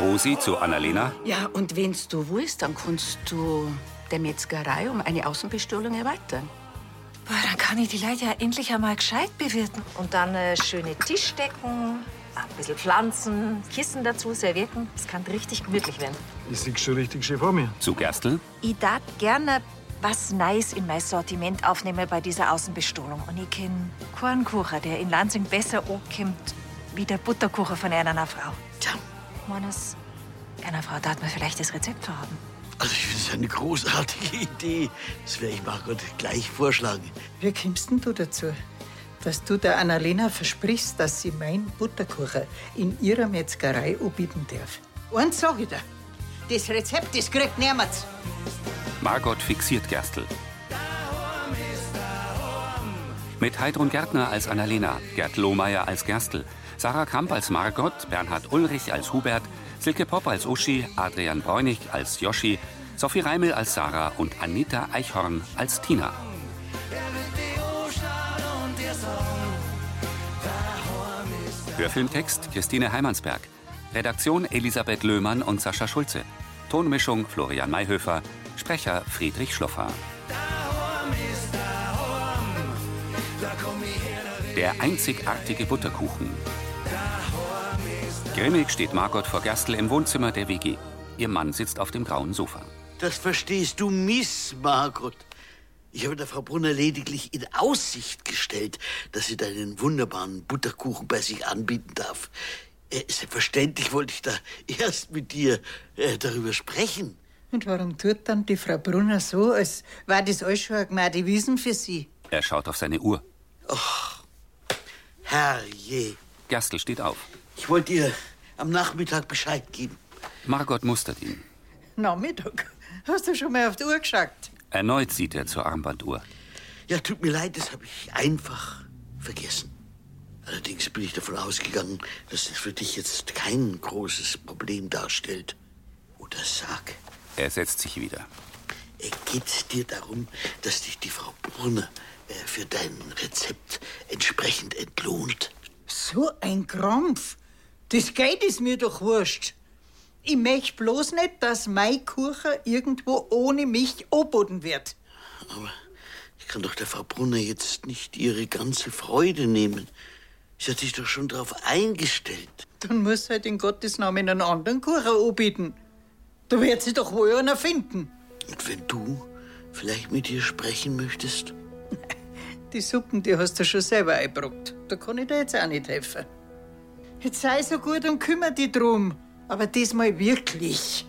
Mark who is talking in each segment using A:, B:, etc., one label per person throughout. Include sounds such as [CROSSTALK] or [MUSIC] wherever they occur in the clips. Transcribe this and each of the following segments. A: Rosi zu Annalena.
B: Ja, und wenn's du willst, dann kannst du der Metzgerei um eine Außenbestuhlung erweitern.
C: Boah, dann kann ich die Leute ja endlich einmal gescheit bewirten. Und dann eine schöne Tischdeckung, ein bisschen Pflanzen, Kissen dazu, Servietten. Das kann richtig gemütlich werden.
D: Ich sehe schon richtig schön vor mir.
A: Zu Gerstl.
C: Ich darf gerne was Neues in mein Sortiment aufnehmen bei dieser Außenbestohlung. Und ich kenne keinen Kuchen, der in Lansing besser ankommt wie der Butterkuchen von einer Frau. Tja, meines einer Frau darf man vielleicht das Rezept verraten.
E: Also ich finde es eine großartige [LAUGHS] Idee. Das werde ich mal gut gleich vorschlagen.
F: Wie kommst denn du dazu, dass du der Annalena versprichst, dass sie mein Butterkuchen in ihrer Metzgerei anbieten darf?
G: Eins sag ich dir. Das Rezept, das kriegt niemand.
A: Margot fixiert Gerstl. Mit Heidrun Gärtner als Annalena, Gerd Lohmeier als Gerstl, Sarah Kamp als Margot, Bernhard Ulrich als Hubert, Silke Popp als Uschi, Adrian Bräunig als Joschi, Sophie Reimel als Sarah und Anita Eichhorn als Tina. Hörfilmtext Christine Heimansberg. Redaktion Elisabeth Löhmann und Sascha Schulze. Tonmischung Florian Mayhöfer. Sprecher Friedrich Schloffer. Der einzigartige Butterkuchen. Grimmig steht Margot vor Gerstl im Wohnzimmer der WG. Ihr Mann sitzt auf dem grauen Sofa.
E: Das verstehst du, Miss Margot. Ich habe der Frau Brunner lediglich in Aussicht gestellt, dass sie deinen wunderbaren Butterkuchen bei sich anbieten darf. Äh, Selbstverständlich wollte ich da erst mit dir äh, darüber sprechen.
F: Und warum tut dann die Frau Brunner so, als war das alles schon eine gemeine Wiesen für sie?
A: Er schaut auf seine Uhr.
E: Herrje,
A: Gerstl steht auf.
E: ich wollte dir am Nachmittag Bescheid geben.
A: Margot mustert ihn.
F: Nachmittag. Hast du schon mal auf die Uhr geschaut?
A: Erneut sieht er zur Armbanduhr.
E: Ja, tut mir leid, das habe ich einfach vergessen. Allerdings bin ich davon ausgegangen, dass das für dich jetzt kein großes Problem darstellt. Oder sag,
A: Er setzt sich wieder.
E: äh, geht's dir darum, dass dich die Frau Brunner äh, für dein Rezept entsprechend entlohnt?
F: So ein Krampf. Das Geld ist mir doch wurscht. Ich möchte bloß nicht, dass mein Kuchen irgendwo ohne mich angeboten wird.
E: Aber ich kann doch der Frau Brunner jetzt nicht ihre ganze Freude nehmen. Sie hat sich doch schon darauf eingestellt.
F: Dann muss halt in Gottes Namen einen anderen Kuchen anbieten. Da wird sie doch wohl einer finden.
E: Und wenn du vielleicht mit ihr sprechen möchtest?
F: Die Suppen, die hast du schon selber eingebrockt. Da kann ich dir jetzt auch nicht helfen. Jetzt sei so gut und kümmere dich drum. Aber diesmal wirklich.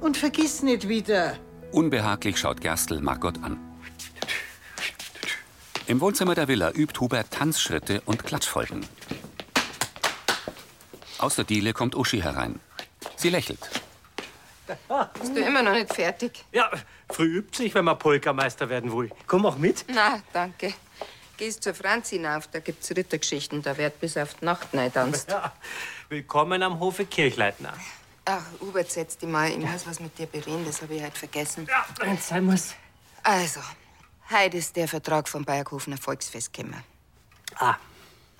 F: Und vergiss nicht wieder.
A: Unbehaglich schaut Gerstl Margot an. Im Wohnzimmer der Villa übt Hubert Tanzschritte und Klatschfolgen. Aus der Diele kommt Uschi herein. Sie lächelt.
H: Bist du immer noch nicht fertig?
I: Ja, früh übt sich, wenn man Polkameister werden will. Komm auch mit.
H: Na, danke. Gehst zur Franzi hinauf, da gibt's Rittergeschichten, da wird bis auf die Nacht neu tanzt.
I: [LAUGHS] Ja. Willkommen am Hofe Kirchleitner.
H: Ach, Hubert, setz dich mal, ich muss was mit dir bereden, das habe ich halt vergessen.
I: Ja, wenn es sein muss.
H: Also, heute ist der Vertrag vom Bayerkofener Volksfest gekommen.
I: Ah.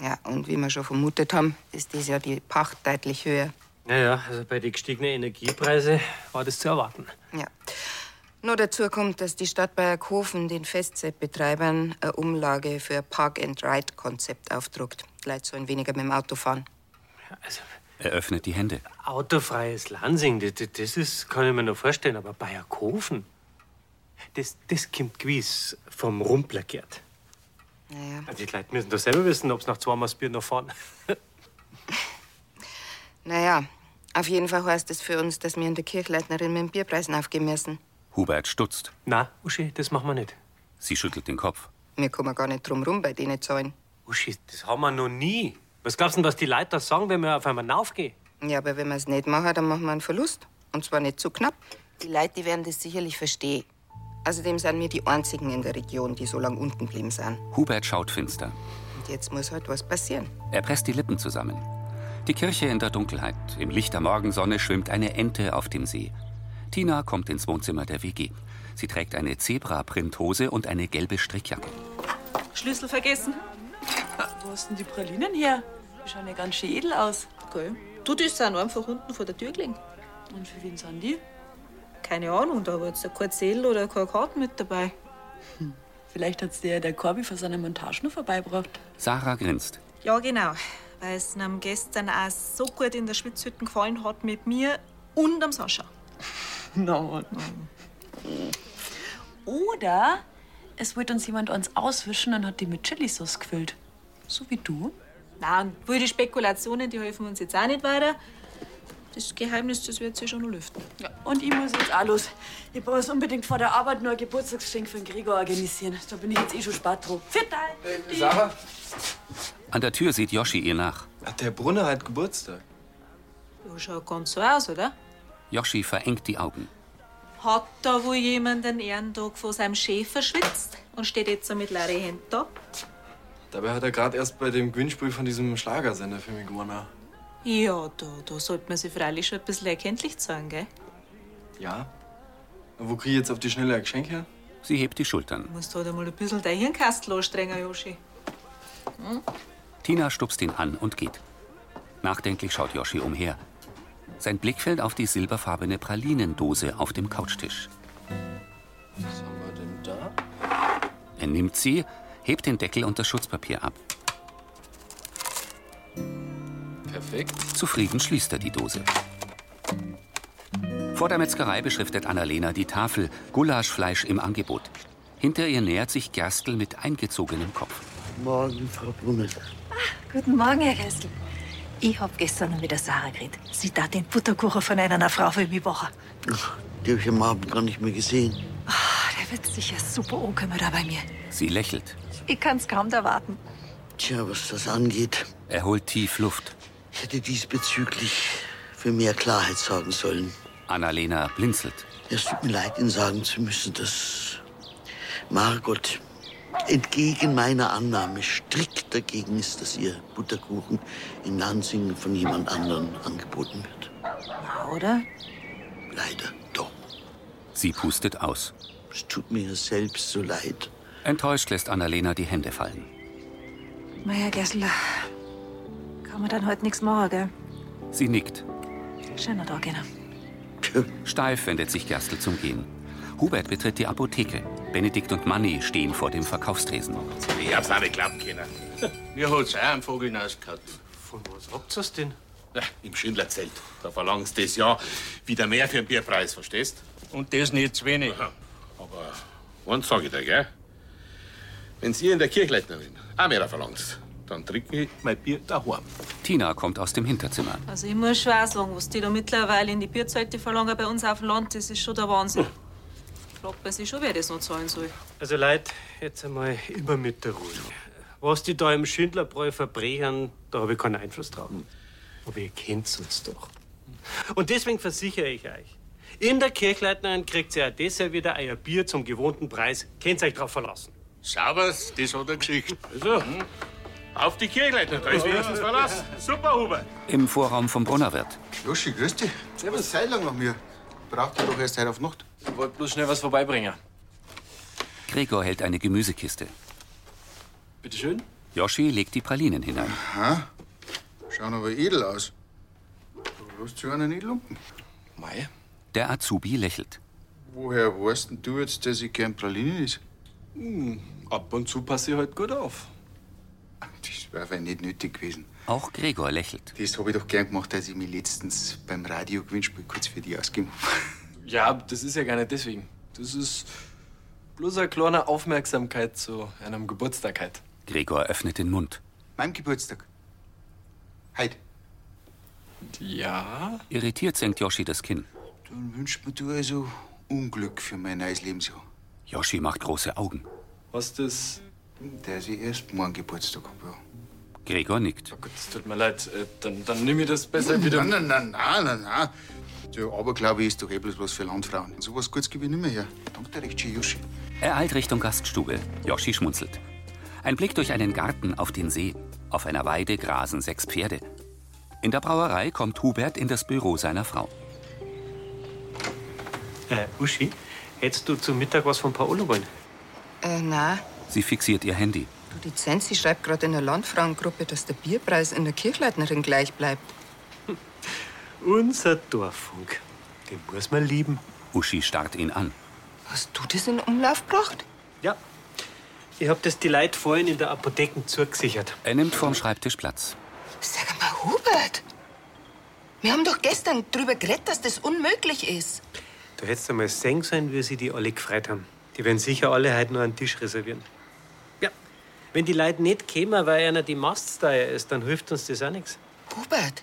H: Ja, und wie wir schon vermutet haben, ist dieses Jahr die Pacht deutlich höher.
I: Naja, also bei den gestiegenen Energiepreisen war das zu erwarten.
H: Ja. Nur dazu kommt, dass die Stadt Bayerkofen den Festzeitbetreibern eine Umlage für ein Park-and-Ride-Konzept aufdruckt. Die Leute sollen weniger mit dem Auto fahren.
I: Also,
A: Er öffnet die Hände.
I: autofreies Lansing, das, das- das ist, kann ich mir noch vorstellen, aber Bayerkofen, das, das kommt gewiss vom Rumplergärt.
H: Naja.
I: Also die Leute müssen doch selber wissen, ob sie nach zweimal das Bier noch fahren.
H: Naja, auf jeden Fall heißt es für uns, dass wir in der Kirchleitnerin mit dem Bierpreis aufgehen müssen.
A: Hubert stutzt.
I: Na, Uschi, das machen wir nicht.
A: Sie schüttelt den Kopf.
H: Wir kommen gar nicht drum rum bei denen Zahlen.
I: Uschi, Oh das haben wir noch nie. Was glaubst du denn, was die Leute da sagen, wenn wir auf einmal raufgehen?
H: Ja, aber wenn wir es nicht machen, dann machen wir einen Verlust. Und zwar nicht zu knapp. Die Leute die werden das sicherlich verstehen. Außerdem sind wir die einzigen in der Region, die so lang unten geblieben sind.
A: Hubert schaut finster.
H: Und jetzt muss halt was passieren.
A: Er presst die Lippen zusammen. Die Kirche in der Dunkelheit. Im Licht der Morgensonne schwimmt eine Ente auf dem See. Tina kommt ins Wohnzimmer der WG. Sie trägt eine Zebra-Printhose und eine gelbe Strickjacke.
J: Schlüssel Ah, vergessen. Wo hast denn die Pralinen her? Die schauen ja ganz schön edel aus. Gell? Du tust sie auch einfach unten vor der Tür gelegen. Und für wen sind die? Keine Ahnung, da war jetzt kein Zettel oder keine Karte mit dabei. Hm.
K: Vielleicht hat's dir ja der Corby für seine Montage nur vorbeigebracht.
A: Sarah grinst.
J: Ja, genau. Weil es ihm gestern auch so gut in der Schwitzhütte gefallen hat mit mir und am Sascha.
K: No, Oder es wird uns jemand uns auswischen und hat die mit Chilisauce gefüllt. So wie du.
J: Nein, wilde Spekulationen, die helfen uns jetzt auch nicht weiter. Das Geheimnis, das wird sich schon noch lüften. Ja.
K: Und ich muss jetzt auch los. Ich muss unbedingt vor der Arbeit noch ein Geburtstagsgeschenk für den Gregor organisieren. Da bin ich jetzt eh schon spät dran. Viertel!
L: Äh,
M: Sarah?
A: An der Tür sieht Yoshi ihr nach.
M: Der Brunner hat Geburtstag.
J: Ja, schaut ganz so aus, oder?
A: Yoshi verengt die Augen.
J: Hat da wohl jemand den Ehrentag von seinem Chef verschwitzt und steht jetzt so mit leeren Händen da?
M: Dabei hat er gerade erst bei dem Gewinnspiel von diesem Schlagersender für mich gewonnen.
J: Ja, da, da sollte man sich freilich schon ein bisschen erkenntlich zeigen, gell?
M: Ja? Wo krieg ich jetzt auf die Schnelle ein Geschenk her?
A: Sie hebt die Schultern.
J: Du musst halt einmal ein bisschen dein Hirnkastel anstrengen, Joshi. Hm?
A: Tina stupst ihn an und geht. Nachdenklich schaut Yoshi umher. Sein Blick fällt auf die silberfarbene Pralinendose auf dem Couchtisch.
M: Was haben wir denn da?
A: Er nimmt sie, hebt den Deckel und das Schutzpapier ab.
M: Perfekt.
A: Zufrieden schließt er die Dose. Vor der Metzgerei beschriftet Annalena die Tafel. Gulaschfleisch im Angebot. Hinter ihr nähert sich Gerstl mit eingezogenem Kopf.
E: Morgen, Frau Brunner.
C: Guten Morgen, Herr Kessel. Ich hab gestern mit der Sarah geredet. Sie tat den Butterkuchen von einer Frau für mich machen.
E: Ach, Die hab ich am Abend gar nicht mehr gesehen.
C: Ah, der wird sicher super ankommen da bei mir.
A: Sie lächelt.
C: Ich kann's kaum erwarten.
E: Tja, was das angeht.
A: Er holt tief Luft.
E: Ich hätte diesbezüglich für mehr Klarheit sorgen sollen.
A: Annalena blinzelt.
E: Es tut mir leid, Ihnen sagen zu müssen, dass Margot entgegen meiner Annahme strikt dagegen ist, dass ihr Butterkuchen in Lansing von jemand anderem angeboten wird.
C: Na, oder?
E: Leider.
A: Sie pustet aus.
E: Es tut mir selbst so leid.
A: Enttäuscht lässt Annalena die Hände fallen.
C: Na, Herr Gessler, kann man dann heute nichts machen, gell?
A: Sie nickt.
C: Schöner Tag, genau.
A: Steif wendet sich Gerstl zum Gehen. Hubert betritt die Apotheke. Benedikt und Manni stehen vor dem Verkaufstresen.
L: Ich hab's auch nicht glauben können. Mir hat's auch einen Vogel ausgehauen. Von was habt ihr's denn? Na, Im Schindlerzelt. Da verlangst du das Jahr wieder mehr für den Bierpreis, verstehst? Und das nicht zu wenig. Aber eins sag ich dir, gell? Wenn's ihr in der Kirchleitnerin auch mehr verlangt, dann trinke ich mein Bier daheim.
A: Tina kommt aus dem Hinterzimmer.
J: Also ich muss schon auch sagen, was die da mittlerweile in die Bierzelte verlangen bei uns auf dem Land, das ist schon der Wahnsinn. Fragt man sich schon, wer das noch zahlen soll.
I: Also Leute, jetzt einmal immer mit der Ruhe. Was die da im Schindlerbräu verbrechen, da habe ich keinen Einfluss drauf. Aber ihr kennt uns doch. Und deswegen versichere ich euch, in der Kirchleitnerin kriegt ihr auch das Jahr wieder euer Bier zum gewohnten Preis. Könnt ihr euch drauf verlassen.
L: Saubers, das hat eine Geschichte. Also, auf die Kirchleitnerin, da ist wenigstens verlassen. Super, Hubert.
A: Im Vorraum vom Brunnerwirt.
M: Joschi, grüß dich. Servus. Zeit lang an mir. Braucht ihr doch erst heute auf Nacht. Ich wollte bloß schnell was vorbeibringen.
A: Gregor hält eine Gemüsekiste.
M: Bitte schön.
A: Yoshi legt die Pralinen hinein.
N: Aha. Schauen aber edel aus. Du hast schon einen nicht lumpen.
M: Mei.
A: Der Azubi lächelt.
N: Woher weißt denn du jetzt, dass ich gern Pralinen ist?
M: Hm, ab und zu passe ich halt gut auf.
N: Das wäre vielleicht nicht nötig gewesen.
A: Auch Gregor lächelt.
N: Das habe ich doch gern gemacht, als ich mich letztens beim Radio-Gewinnspiel kurz für dich ausgegeben
M: Ja, das ist ja gar nicht deswegen. Das ist bloß eine kleine Aufmerksamkeit zu einem Geburtstag halt.
A: Gregor öffnet den Mund.
N: Meinem Geburtstag. Heute.
M: Ja?
A: Irritiert senkt Yoshi das Kinn.
N: Dann wünscht mir du also Unglück für mein neues Lebensjahr.
A: Yoshi macht große Augen.
M: Was das?
N: Dass ich eh erst morgen Geburtstag habe, ja.
A: Gregor nickt.
M: Es tut mir leid, äh, dann, dann nehme ich das besser wieder.
N: Nein, nein, nein, nein, nein, nein. Der Aberglaube ist doch eh bloß was für Landfrauen. So was Gutes gebe ich nicht mehr her. Danke dir recht, schön, Joschi.
A: Er eilt Richtung Gaststube. Yoshi schmunzelt. Ein Blick durch einen Garten auf den See. Auf einer Weide grasen sechs Pferde. In der Brauerei kommt Hubert in das Büro seiner Frau.
I: Äh, Uschi, hättest du zum Mittag was von Paolo wollen?
H: Äh, nein,
A: Sie fixiert ihr Handy.
H: du, die Zenzi schreibt gerade in der Landfrauengruppe, dass der Bierpreis in der Kirchleitnerin gleich bleibt.
I: Unser Dorffunk. Den muss man lieben.
A: Uschi starrt ihn an.
H: Hast du das in Umlauf gebracht?
I: Ja. Ich hab das die Leute vorhin in der Apotheke zugesichert.
A: Er nimmt vorm Schreibtisch Platz.
H: Sag mal, Hubert. Wir haben doch gestern drüber geredet, dass das unmöglich ist.
I: Du hättest einmal sehen sollen, wie sie die alle gefreut haben. Die werden sicher alle heute noch einen Tisch reservieren. Ja. Wenn die Leute nicht kämen, weil einer die Mast da ist, dann hilft uns das auch nichts.
H: Hubert,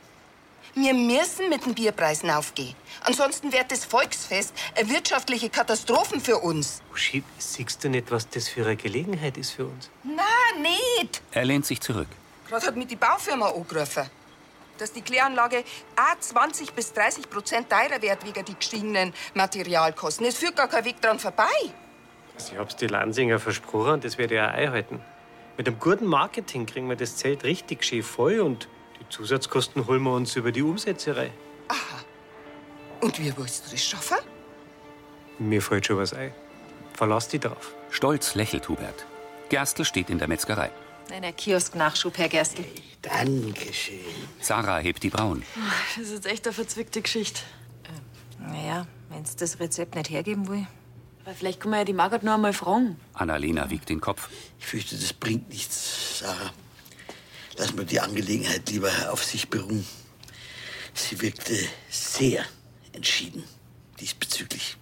H: wir müssen mit den Bierpreisen aufgehen. Ansonsten wird das Volksfest eine wirtschaftliche Katastrophe für uns.
I: Uschi, siehst du nicht, was das für eine Gelegenheit ist für uns?
H: Na, nicht.
A: Er lehnt sich zurück.
H: Gerade hat mich die Baufirma angerufen, dass die Kläranlage auch 20 bis 30 Prozent teurer wird wegen die gestiegenen Materialkosten. Es führt gar kein Weg dran vorbei.
I: Also ich hab's die Lansinger versprochen und das werde ich auch einhalten. Mit einem guten Marketing kriegen wir das Zelt richtig schön voll und die Zusatzkosten holen wir uns über die Umsetzerei.
H: Und wie willst du das schaffen?
I: Mir fällt schon was ein. Verlass die drauf.
A: Stolz lächelt Hubert. Gerstl steht in der Metzgerei.
C: Einer Kiosk-Nachschub, Herr Gerstl.
A: Dankeschön. Sarah hebt die Brauen.
C: Das ist echt eine verzwickte Geschichte. Naja, Ähm, wenn's das Rezept nicht hergeben will.
K: Aber vielleicht kann man ja die Margot noch einmal fragen.
A: Annalena wiegt den Kopf.
E: Ich fürchte, das bringt nichts, Sarah. Lass mal die Angelegenheit lieber auf sich beruhen. Sie wirkte sehr entschieden diesbezüglich.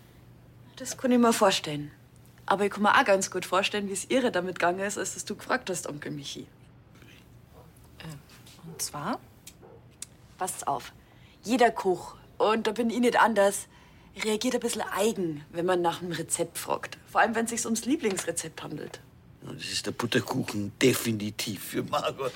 K: Das kann ich mir vorstellen. Aber ich kann mir auch ganz gut vorstellen, wie es ihre damit gegangen ist, als dass du gefragt hast, Onkel Michi.
C: Äh, Und zwar?
K: Passt auf. Jeder Koch, und da bin ich nicht anders, reagiert ein bisschen eigen, wenn man nach einem Rezept fragt. Vor allem, wenn es sich ums Lieblingsrezept handelt.
E: Und das ist der Butterkuchen definitiv für Margot.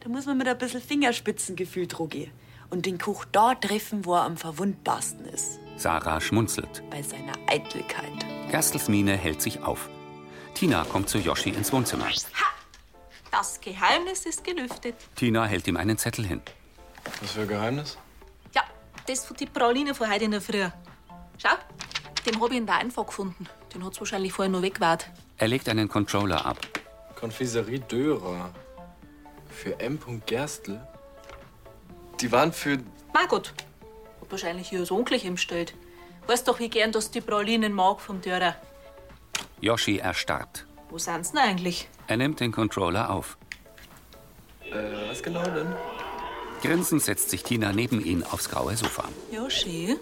K: Da muss man mit ein bisschen Fingerspitzengefühl drüber gehen. Und den Koch da treffen, wo er am verwundbarsten ist.
A: Sarah schmunzelt.
K: Bei seiner Eitelkeit.
A: Gerstls Miene hält sich auf. Tina kommt zu Yoshi ins Wohnzimmer.
J: Das Geheimnis ist gelüftet.
A: Tina hält ihm einen Zettel hin.
M: Was für ein Geheimnis?
J: Ja, das von die Praline von heute in der Früh. Schau, den hab ich in der Einfach gefunden. Den hat's wahrscheinlich vorher nur weggewahrt.
A: Er legt einen Controller ab.
M: Confiserie Dörer. Für M. Gerstl? Die waren für.
J: Margot, hat wahrscheinlich ihr Onkel hingestellt. Weißt doch, wie gern das die Pralinen mag vom Dörrer.
A: Yoshi erstarrt.
J: Wo sind sie denn eigentlich?
A: Er nimmt den Controller auf.
M: Äh, was genau denn?
A: Grinsend setzt sich Tina neben ihn aufs graue Sofa.
J: Joshi,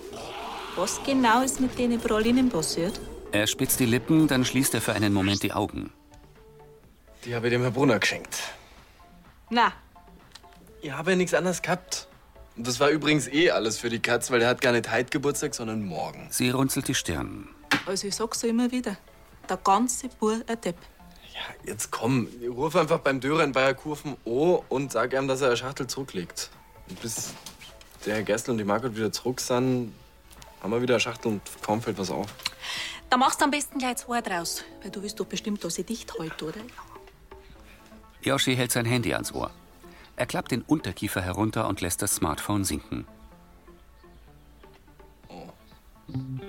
J: was genau ist mit den Pralinen passiert?
A: Er spitzt die Lippen, dann schließt er für einen Moment die Augen.
M: Die habe ich dem Herr Brunner geschenkt.
J: Na,
M: Ich habe ja nichts anderes gehabt. Und das war übrigens eh alles für die Katz, weil der hat gar nicht heute Geburtstag, sondern morgen.
A: Sie runzelt die Stirn.
J: also ich sag's ja immer wieder. Der ganze Bur ein Depp.
M: Jetzt komm, ruf einfach beim Dörer in Bayerkurven O und sag ihm, dass er eine Schachtel zurücklegt. Und bis der Herr Gerstl und die Margot wieder zurück sind, haben wir wieder eine Schachtel und kaum fällt was auf.
J: Da machst du am besten gleich zwei draus. Weil du willst doch bestimmt, dass ich dicht halte, oder?
A: Yoshi hält sein Handy ans Ohr. Er klappt den Unterkiefer herunter und lässt das Smartphone sinken.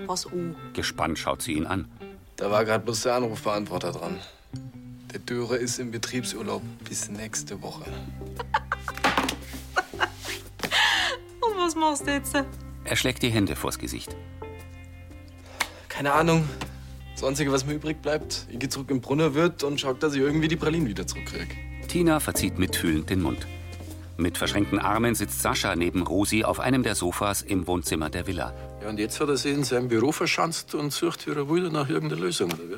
J: Was oh.
A: Gespannt schaut sie ihn an.
M: Da war gerade bloß der Anrufbeantworter dran. Der Dörer ist im Betriebsurlaub bis nächste Woche.
J: Und was machst du jetzt?
A: Er schlägt die Hände vors Gesicht.
M: Keine Ahnung. Das Einzige, was mir übrig bleibt, ich geh zurück in Brunnerwirt und schau, dass ich irgendwie die Pralinen wieder zurückkrieg.
A: Tina verzieht mitfühlend den Mund. Mit verschränkten Armen sitzt Sascha neben Rosi auf einem der Sofas im Wohnzimmer der Villa.
O: Ja, und jetzt hat er sich in seinem Büro verschanzt und sucht wieder wieder nach irgendeiner Lösung, oder wie?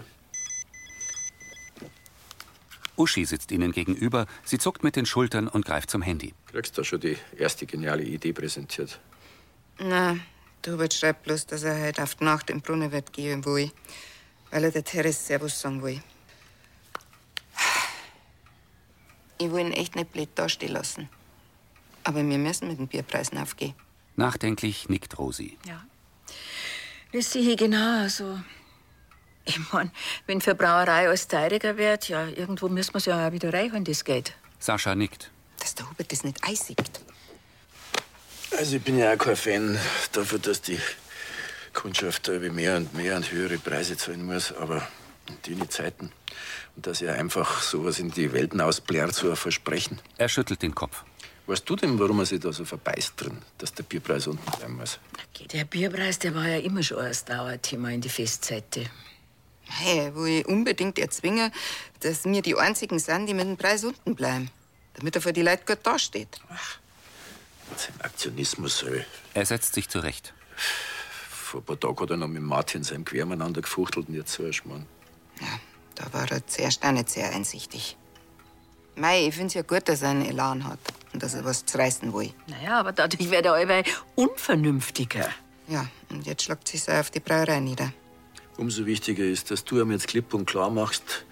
A: Uschi sitzt ihnen gegenüber, sie zuckt mit den Schultern und greift zum Handy.
O: Kriegst du schon die erste geniale Idee präsentiert?
H: Na, der Hubert schreibt bloß, dass er heute auf die Nacht im Brunnenwirt gehen will, weil er der Teres Servus sagen will. Ich will ihn echt nicht blöd dastehen lassen. Aber wir müssen mit den Bierpreisen aufgehen.
A: Nachdenklich nickt Rosi.
B: Das sehe ich genau
C: also,
B: so. Ich mein, wenn für Brauerei alles teurer wird, ja, irgendwo müssen wir es ja auch wieder reinholen, das Geld.
A: Sascha nickt.
H: Dass der Hubert das nicht eisigt.
O: Also ich bin ja auch kein Fan dafür, dass die Kundschaft da irgendwie mehr und mehr und höhere Preise zahlen muss, aber in den Zeiten. Und dass er einfach sowas in die Welten ausblärt, so ein Versprechen.
A: Er schüttelt den Kopf.
O: Weißt du denn, warum er sich da so verbeißt drin, dass der Bierpreis unten bleiben muss?
P: Der Bierpreis, der war ja immer schon ein Dauerthema in die Festzeiten.
H: Hey, wo ich unbedingt erzwinge, dass wir die einzigen sind, die mit dem Preis unten bleiben. Damit er für die Leute gut dasteht.
O: Aktionismus, ey.
A: Er setzt sich zurecht.
O: Vor ein paar Tagen hat er noch mit Martin seinem Quer umeinander gefuchtelt und jetzt so ein Schmarrn.
H: Da war er zuerst auch nicht sehr einsichtig. Mei, ich find's ja gut, dass er einen Elan hat und dass er was zu reißen will.
P: Naja, aber dadurch wird er allweil unvernünftiger.
H: Ja, und jetzt schlagt sich auf die Brauerei nieder.
O: Umso wichtiger ist, dass du ihm jetzt klipp und klar machst,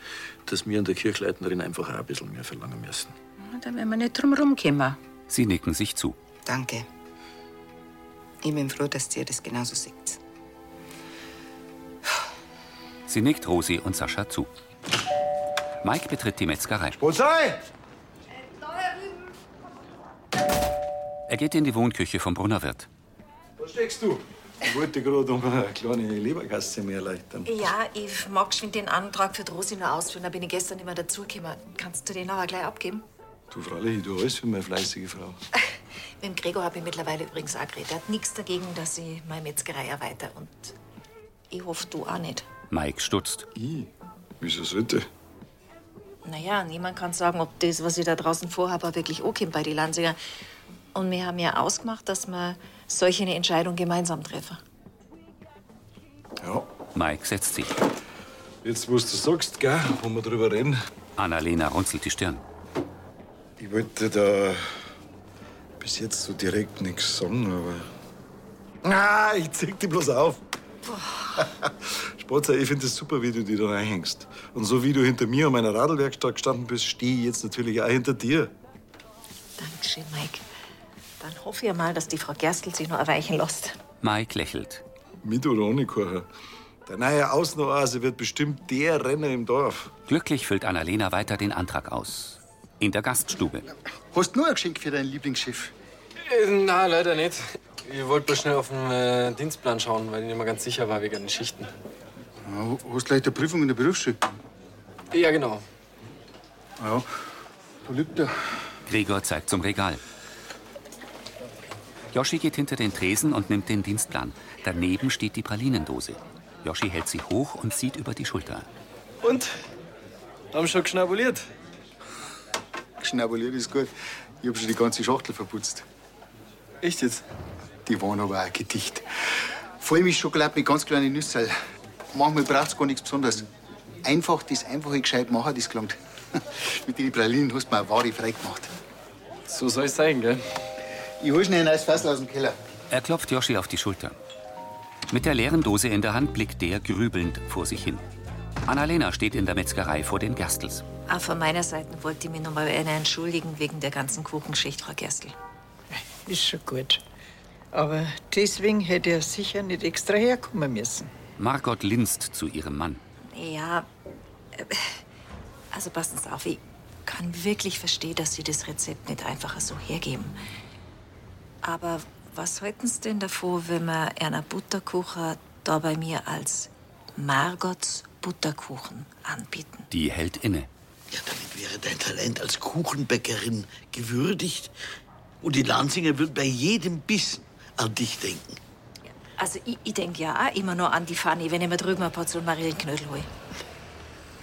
O: dass wir an der Kirchleitnerin einfach auch ein bisschen mehr verlangen müssen.
P: Na, Da werden wir nicht drum rumkommen.
A: Sie nicken sich zu.
H: Danke. Ich bin froh, dass ihr das genauso seht.
A: Sie nickt Rosi und Sascha zu. Mike betritt die Metzgerei.
Q: Polizei!
A: Er geht in die Wohnküche vom Brunnerwirt.
Q: Da steckst du. Ich wollte gerade um eine kleine Leberkasse mehr erleichtern.
C: Ja, ich mag geschwind den Antrag für die Rosi noch ausfüllen. Da bin ich gestern nicht mehr dazugekommen. Kannst du den aber gleich abgeben?
Q: Du, freilich, du alles für meine fleißige Frau.
C: Mit dem Gregor habe ich mittlerweile übrigens auch geredet. Er hat nichts dagegen, dass ich meine Metzgerei erweitere. Und ich hoffe, du auch nicht.
A: Mike stutzt.
Q: I, wieso sollte?
C: Naja, niemand kann sagen, ob das, was ich da draußen vorhabe, wirklich ankommt bei den Lansinger. Und wir haben ja ausgemacht, dass wir solche eine Entscheidung gemeinsam treffen.
Q: Ja.
A: Mike setzt sich.
Q: Jetzt, was du sagst, gell, wo wir drüber reden.
A: Annalena runzelt die Stirn.
Q: Ich wollte da bis jetzt so direkt nichts sagen, aber. Na, Ah, ich zieh dich bloß auf. [LAUGHS] Spatzer, ich finde es super, wie du dich da reinhängst. Und so wie du hinter mir an meiner Radlwerkstatt gestanden bist, stehe ich jetzt natürlich auch hinter dir.
C: Dankeschön, Mike. Dann hoffe ich mal, dass die Frau Gerstl sich noch erweichen lässt.
A: Mike lächelt.
Q: Mit oder ohne Kocher. Der neue Außenoase wird bestimmt der Renner im Dorf.
A: Glücklich füllt Annalena weiter den Antrag aus. In der Gaststube.
R: Hast nur ein Geschenk für dein Lieblingschef.
M: Äh, na, leider nicht. Ich wollte bloß schnell auf den äh, Dienstplan schauen, weil ich nicht mehr ganz sicher war wegen den Schichten.
N: Ja, hast gleich eine Prüfung in der Berufsschule.
M: Ja, genau.
N: Ja, da liegt er.
A: Gregor zeigt zum Regal. Joschi geht hinter den Tresen und nimmt den Dienstplan. Daneben steht die Pralinendose. Joschi hält sie hoch und sieht über die Schulter.
M: Und? Haben schon geschnabuliert?
N: Schnabuliert ist gut. Ich hab schon die ganze Schachtel verputzt.
M: Echt jetzt?
N: Die waren aber auch gedicht. Vor allem ist Schokolade mit ganz kleinen Nüsserl. Manchmal braucht's gar nichts Besonderes. Einfach das einfache gescheit machen, das gelangt. [LAUGHS] mit den Pralinen hast du mir eine Ware frei gemacht.
M: So soll es sein, gell?
N: Ich hol schnell ein neues Fassel aus dem Keller.
A: Er klopft Joschi auf die Schulter. Mit der leeren Dose in der Hand blickt der grübelnd vor sich hin. Annalena steht in der Metzgerei vor den Gerstels.
C: Auch von meiner Seite wollte ich mich noch mal einer entschuldigen wegen der ganzen Kuchenschicht, Frau Gerstl.
F: Ist schon gut. Aber deswegen hätte er sicher nicht extra herkommen müssen.
A: Margot linst zu ihrem Mann.
C: Ja, äh, also passen Sie auf, ich kann wirklich verstehen, dass Sie das Rezept nicht einfach so hergeben. Aber was halten Sie denn davor, wenn wir einer Butterkuchen da bei mir als Margots Butterkuchen anbieten?
A: Die hält inne.
E: Wäre dein Talent als Kuchenbäckerin gewürdigt. Und die Lansinger würden bei jedem Bissen an dich denken.
C: Also ich, ich denke ja auch immer nur an die Fanny, wenn ich mir drüben eine Portion Marillenknödel hole.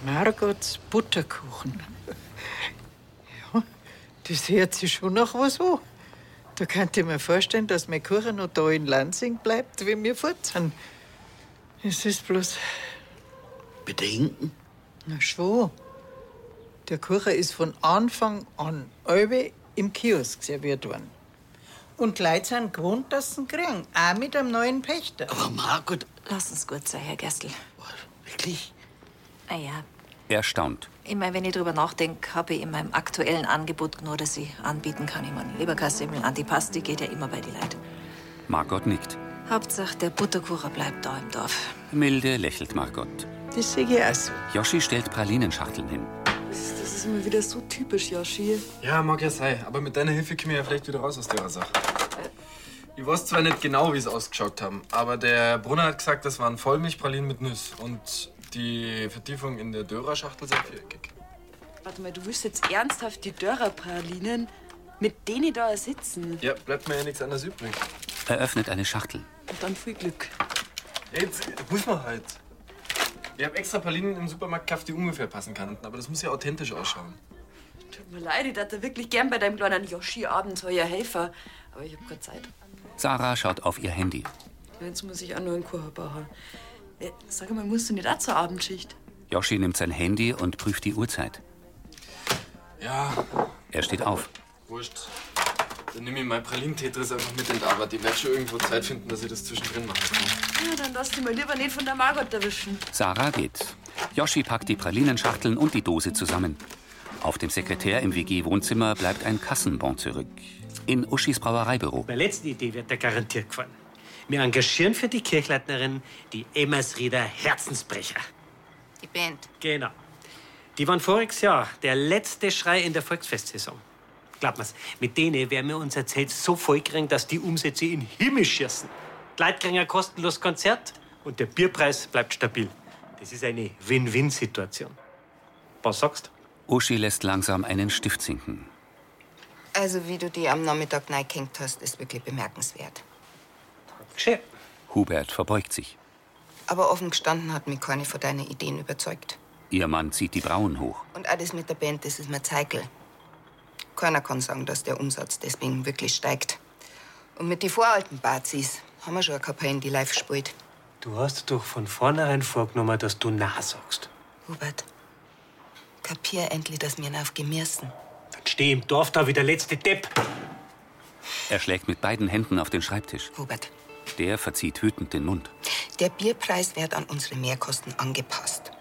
F: Margots Butterkuchen. Ja, das hört sich schon nach was an. Da könnte ich mir vorstellen, dass mein Kuchen noch da in Lansing bleibt, wenn wir fort sind. Es ist bloß.
E: Bedenken?
F: Na schon. Der Kuchen ist von Anfang an alle im Kiosk serviert worden. Und die Leute sind gewohnt, dass sie ihn kriegen. Auch mit einem neuen Pächter.
E: Aber Margot.
C: Lass uns gut sein, Herr Gerstl. Ah
E: Wirklich?
C: Naja,
A: Er staunt.
C: ich meine, wenn ich drüber nachdenke, habe ich in meinem aktuellen Angebot nur, dass ich anbieten kann. Ich meine, Leberkassemmeln, Antipasti geht ja immer bei die Leute.
A: Margot nickt.
C: Hauptsache, der Butterkuchen bleibt da im Dorf.
A: Milde lächelt Margot.
F: Das sehe ich auch so.
A: Joschi stellt Pralinenschachteln hin.
C: Das ist immer wieder so typisch, Yoshi.
M: Ja, mag ja sein. Aber mit deiner Hilfe kommen wir ja vielleicht wieder raus aus der Sache. Ich weiß zwar nicht genau, wie es ausgeschaut haben, aber der Brunner hat gesagt, das waren Vollmilchpralinen mit Nüss. Und die Vertiefung in der Dörer-Schachtel sei viereckig.
C: Warte mal, du willst jetzt ernsthaft die Dörrerpralinen
S: Mit denen da sitzen.
M: Ja, bleibt mir ja nichts anderes übrig.
A: Er öffnet eine Schachtel.
S: Und dann viel Glück.
M: Jetzt muss man halt. Ich habe extra Pralinen im Supermarkt gekauft, die ungefähr passen kannten, aber das muss ja authentisch ausschauen.
S: Tut mir leid, ich hätte wirklich gern bei deinem kleinen Yoshi-Abenteuer helfen. Aber ich hab keine Zeit.
A: Sarah schaut auf ihr Handy.
S: Jetzt muss ich auch nur einen Kurve bauen. Äh, Sag mal, musst du nicht auch zur Abendschicht?
A: Yoshi nimmt sein Handy und prüft die Uhrzeit.
M: Ja,
A: Er steht auf.
M: wurscht. Dann nehme ich mein Pralinen-Tetris einfach mit in die Arbeit. Ich werde schon irgendwo Zeit finden, dass ich das zwischendrin machen kann.
S: Ja, dann lass dich mal lieber nicht von der Margot erwischen.
A: Sarah geht. Yoshi packt die Pralinenschachteln und die Dose zusammen. Auf dem Sekretär im WG-Wohnzimmer bleibt ein Kassenbon zurück. In Uschis Brauereibüro.
I: Bei der letzten Idee wird er garantiert gefallen. Wir engagieren für die Kirchleitnerin die Emmersrieder Herzensbrecher.
H: Die Band.
I: Genau. Die waren voriges Jahr der letzte Schrei in der Volksfestsaison. Glaubt mir's, mit denen werden wir unser Zelt so voll kriegen, dass die Umsätze in den Himmel schießen. Die Leute kriegen ein kostenloses Konzert und der Bierpreis bleibt stabil. Das ist eine Win-Win-Situation. Was sagst
A: Uschi lässt langsam einen Stift sinken.
H: Also, wie du die am Nachmittag neigehängt hast, ist wirklich bemerkenswert.
I: Schön.
A: Hubert verbeugt sich.
H: Aber offen gestanden hat mich keine von deinen Ideen überzeugt.
A: Ihr Mann zieht die Brauen hoch.
H: Und alles mit der Band, das ist mir Zeichel. Keiner kann sagen, dass der Umsatz deswegen wirklich steigt. Und mit den voralten Bazis haben wir schon eine Kapellen, die live spielt.
I: Du hast doch von vornherein vorgenommen, dass du Na sagst.
H: Hubert, kapier endlich, dass wir ihn aufgemürsten.
I: Dann steh im Dorf da wie der letzte Depp.
A: Er schlägt mit beiden Händen auf den Schreibtisch.
H: Hubert.
A: Der verzieht wütend den Mund.
H: Der Bierpreis wird an unsere Mehrkosten angepasst.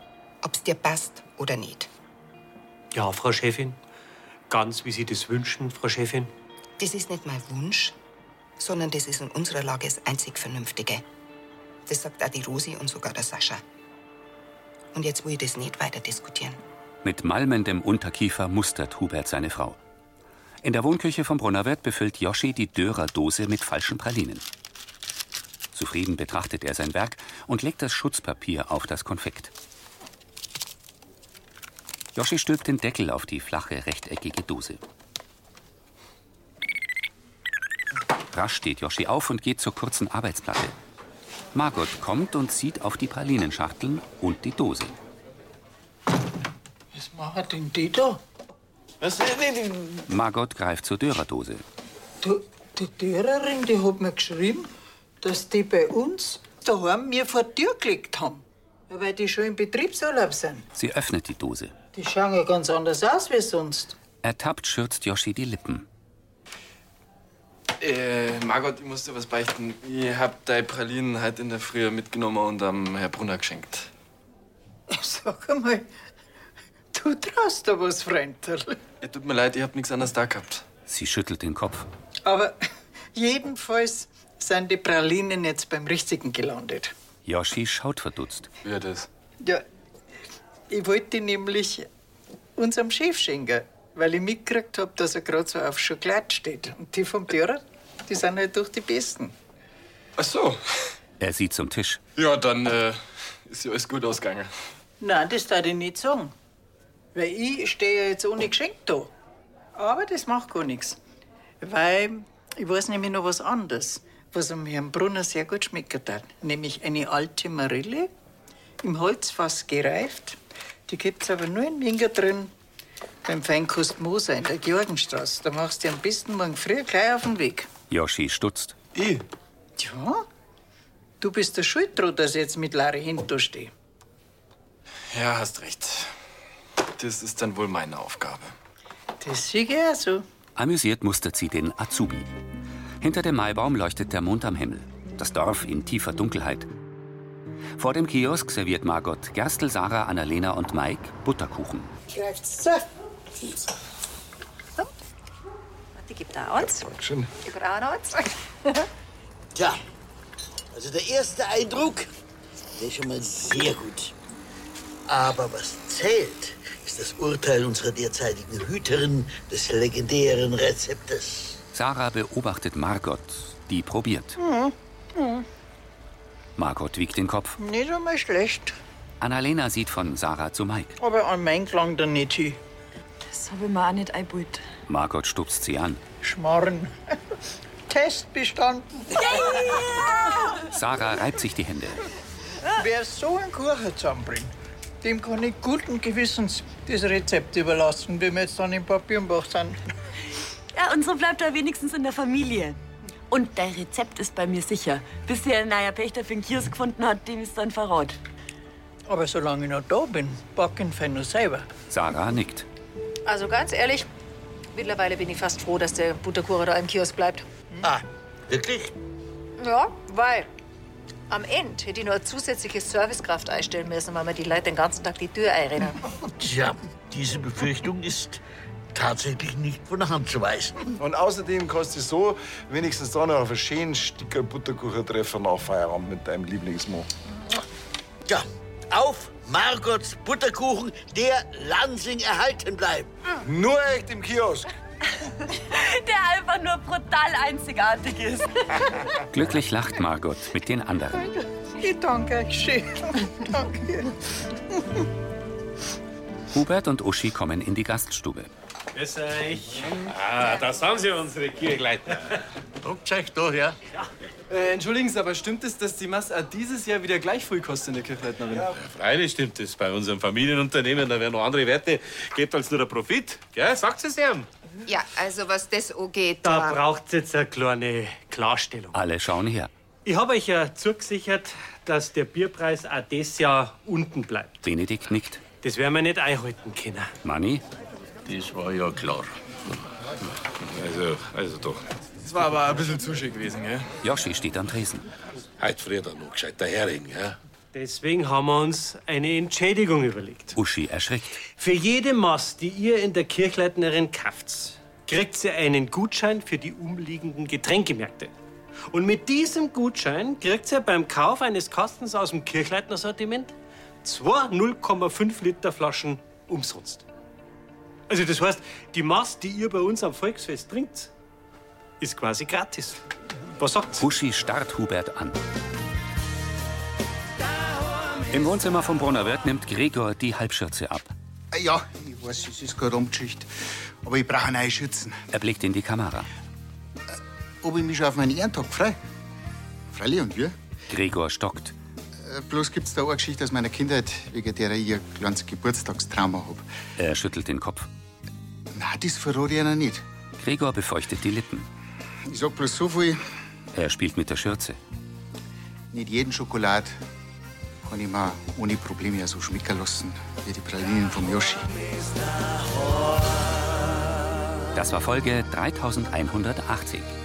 H: Ob's dir passt oder nicht.
I: Ja, Frau Chefin. Ganz wie Sie das wünschen, Frau Chefin.
H: Das ist nicht mein Wunsch, sondern das ist in unserer Lage das einzig Vernünftige. Das sagt auch die Rosi und sogar der Sascha. Und jetzt will ich das nicht weiter diskutieren.
A: Mit malmendem Unterkiefer mustert Hubert seine Frau. In der Wohnküche vom Brunnerwirt befüllt Yoshi die Dörer-Dose mit falschen Pralinen. Zufrieden betrachtet er sein Werk und legt das Schutzpapier auf das Konfekt. Yoshi stülpt den Deckel auf die flache, rechteckige Dose. Rasch steht Yoshi auf und geht zur kurzen Arbeitsplatte. Margot kommt und sieht auf die Pralinenschachteln und die Dose.
F: Was machen denn die da?
O: Was?
A: Margot greift zur Dörer-Dose.
F: Du, die Lehrerin, die hat mir geschrieben, dass die bei uns daheim mir vor die Tür gelegt haben. Weil die schon im Betriebsurlaub sind.
A: Sie öffnet die Dose.
F: Die schauen ja ganz anders aus wie sonst. [LAUGHS]
A: Ertappt schürzt Yoshi die Lippen.
M: Äh, Margot, ich muss dir was beichten. Ich hab deine Pralinen halt in der Früh mitgenommen und am Herr Brunner geschenkt.
F: Sag einmal, du traust da was, Freundl.
M: Ja, tut mir leid, ich hab nichts anderes da gehabt.
A: Sie schüttelt den Kopf.
F: Aber [LAUGHS] jedenfalls sind die Pralinen jetzt beim Richtigen gelandet.
A: Yoshi schaut verdutzt.
M: Wer das?
F: Ja, ich wollte die nämlich unserem Chef schenken, weil ich mitgekriegt habe, dass er gerade so auf Schokolade steht. Und die vom Dürer, die sind halt durch die Besten.
M: Ach so.
A: Er sieht zum Tisch.
M: Ja, dann äh, ist ja alles gut ausgegangen.
F: Nein, das darf ich nicht sagen. Weil ich stehe ja jetzt ohne Geschenk da. Aber das macht gar nichts. Weil ich weiß nämlich noch was anderes, was am Herrn Brunner sehr gut schmecken hat. Nämlich eine alte Marille, im Holzfass gereift. Die gibt's aber nur in Winger drin, beim Feinkost Moser in der Georgenstraße. Da machst du dir am besten morgen früh gleich auf den Weg.
A: Yoshi stutzt.
M: Ich?
F: Ja? Du bist der Schuld dran, dass ich jetzt mit Larry hinter stehe.
M: Ja, hast recht. Das ist dann wohl meine Aufgabe.
F: Das sehe ich auch so.
A: Amüsiert mustert sie den Azubi. Hinter dem Maibaum leuchtet der Mond am Himmel. Das Dorf in tiefer Dunkelheit. Vor dem Kiosk serviert Margot, Gerstl, Sarah, Annalena und Mike Butterkuchen.
F: Greift's zu.
C: Die gibt da uns.
Q: Schön.
C: Die brauchen
T: [LAUGHS]
C: uns.
E: Tja, also der erste Eindruck, der ist schon mal sehr gut. Aber was zählt, ist das Urteil unserer derzeitigen Hüterin des legendären Rezeptes.
A: Sarah beobachtet Margot, die probiert.
F: Hm. Hm.
A: Margot wiegt den Kopf.
F: Nicht einmal schlecht.
A: Annalena sieht von Sarah zu Mike.
F: Aber an mein klang da nicht hin.
C: Das habe ich mir auch nicht eingebaut.
A: Margot stupst sie an.
F: Schmarrn. [LAUGHS] Test bestanden.
A: Sarah reibt sich die Hände.
F: Wer so einen Kuchen zusammenbringt, dem kann ich guten Gewissens das Rezept überlassen, wie wir jetzt dann im Papierenbach sind.
U: Ja, und so bleibt er wenigstens in der Familie. Und dein Rezept ist bei mir sicher. Bis der naja Pächter für den Kiosk gefunden hat, dem ist dann verrat.
F: Aber solange ich noch da bin, backen wir
U: [LAUGHS]
F: nur selber.
A: Sarah nickt.
T: Also ganz ehrlich, mittlerweile bin ich fast froh, dass der Butterkuchen da im Kiosk bleibt.
E: Ah, wirklich?
T: Ja, weil am Ende hätte ich nur eine zusätzliche Servicekraft einstellen müssen, weil mir die Leute den ganzen Tag die Tür einrennen.
E: Tja, diese Befürchtung ist tatsächlich nicht von der Hand zu weisen.
Q: Und außerdem kannst du so wenigstens da noch auf einen schönen Sticker Butterkuchen treffen nach Feierabend mit deinem Lieblingsmann.
E: Ja, auf Margots Butterkuchen, der Lansing erhalten bleibt.
Q: Nur echt im Kiosk.
S: Der einfach nur brutal einzigartig ist.
A: Glücklich lacht Margot mit den anderen.
F: Ich danke euch schön. [LAUGHS] Danke.
A: Hubert und Uschi kommen in die Gaststube.
I: Grüß euch. Ah, das haben Sie unsere Kirchleiter.
E: Druckt euch doch, ja?
M: Äh, entschuldigen Sie, aber stimmt es, dass die Massa dieses Jahr wieder gleich früh kostet in der Kirchleitnerin? Ja.
L: Freilich stimmt das. Bei unserem Familienunternehmen, da werden noch andere Werte gebt als nur der Profit. Gell? Sagt es ihm.
V: Ja, also was das angeht, ähm,
I: Da braucht's jetzt eine kleine Klarstellung.
A: Alle schauen her.
I: Ich habe euch ja zugesichert, dass der Bierpreis auch dieses Jahr unten bleibt.
A: Benedikt nickt.
I: Das werden wir nicht einhalten können.
A: Manni?
L: Das war ja klar. Also, also doch.
M: Das war aber ein bisschen zu schick gewesen, gell?
A: Joschi steht am Tresen.
L: Heute früh dann noch gescheit der Hering, ja?
I: Deswegen haben wir uns eine Entschädigung überlegt.
A: Uschi erschrickt.
I: Für jede Maß, die ihr in der Kirchleitnerin kauft, kriegt ihr einen Gutschein für die umliegenden Getränkemärkte. Und mit diesem Gutschein kriegt ihr beim Kauf eines Kastens aus dem Kirchleitner-Sortiment zwei 0,5 Liter Flaschen umsonst. Also das heißt, die Maß, die ihr bei uns am Volksfest trinkt, ist quasi gratis. Was sagt's?
A: Uschi starrt Hubert an. Im Wohnzimmer vom Brunnerwirt nimmt Gregor die Halbschürze ab.
N: Äh, Ja, ich weiß, es ist keine Raumgeschichte. Aber ich brauche neue Schürzen.
A: Er blickt in die Kamera.
N: Ob ich mich schon auf meinen Ehrentag frei? Freilich und wir?
A: Gregor stockt.
N: Äh, Bloß gibt's da eine Geschichte aus meiner Kindheit, wegen der ich ein kleines Geburtstagstrauma hab.
A: Er schüttelt den Kopf.
N: Na, das verrate ich Ihnen nicht.
A: Gregor befeuchtet die Lippen.
N: Ich sag bloß so viel,
A: Er spielt mit der Schürze.
N: nicht jeden Schokolad kann ich mir ohne Probleme so schmecken lassen, wie die Pralinen vom Yoshi.
A: Das war Folge 3180.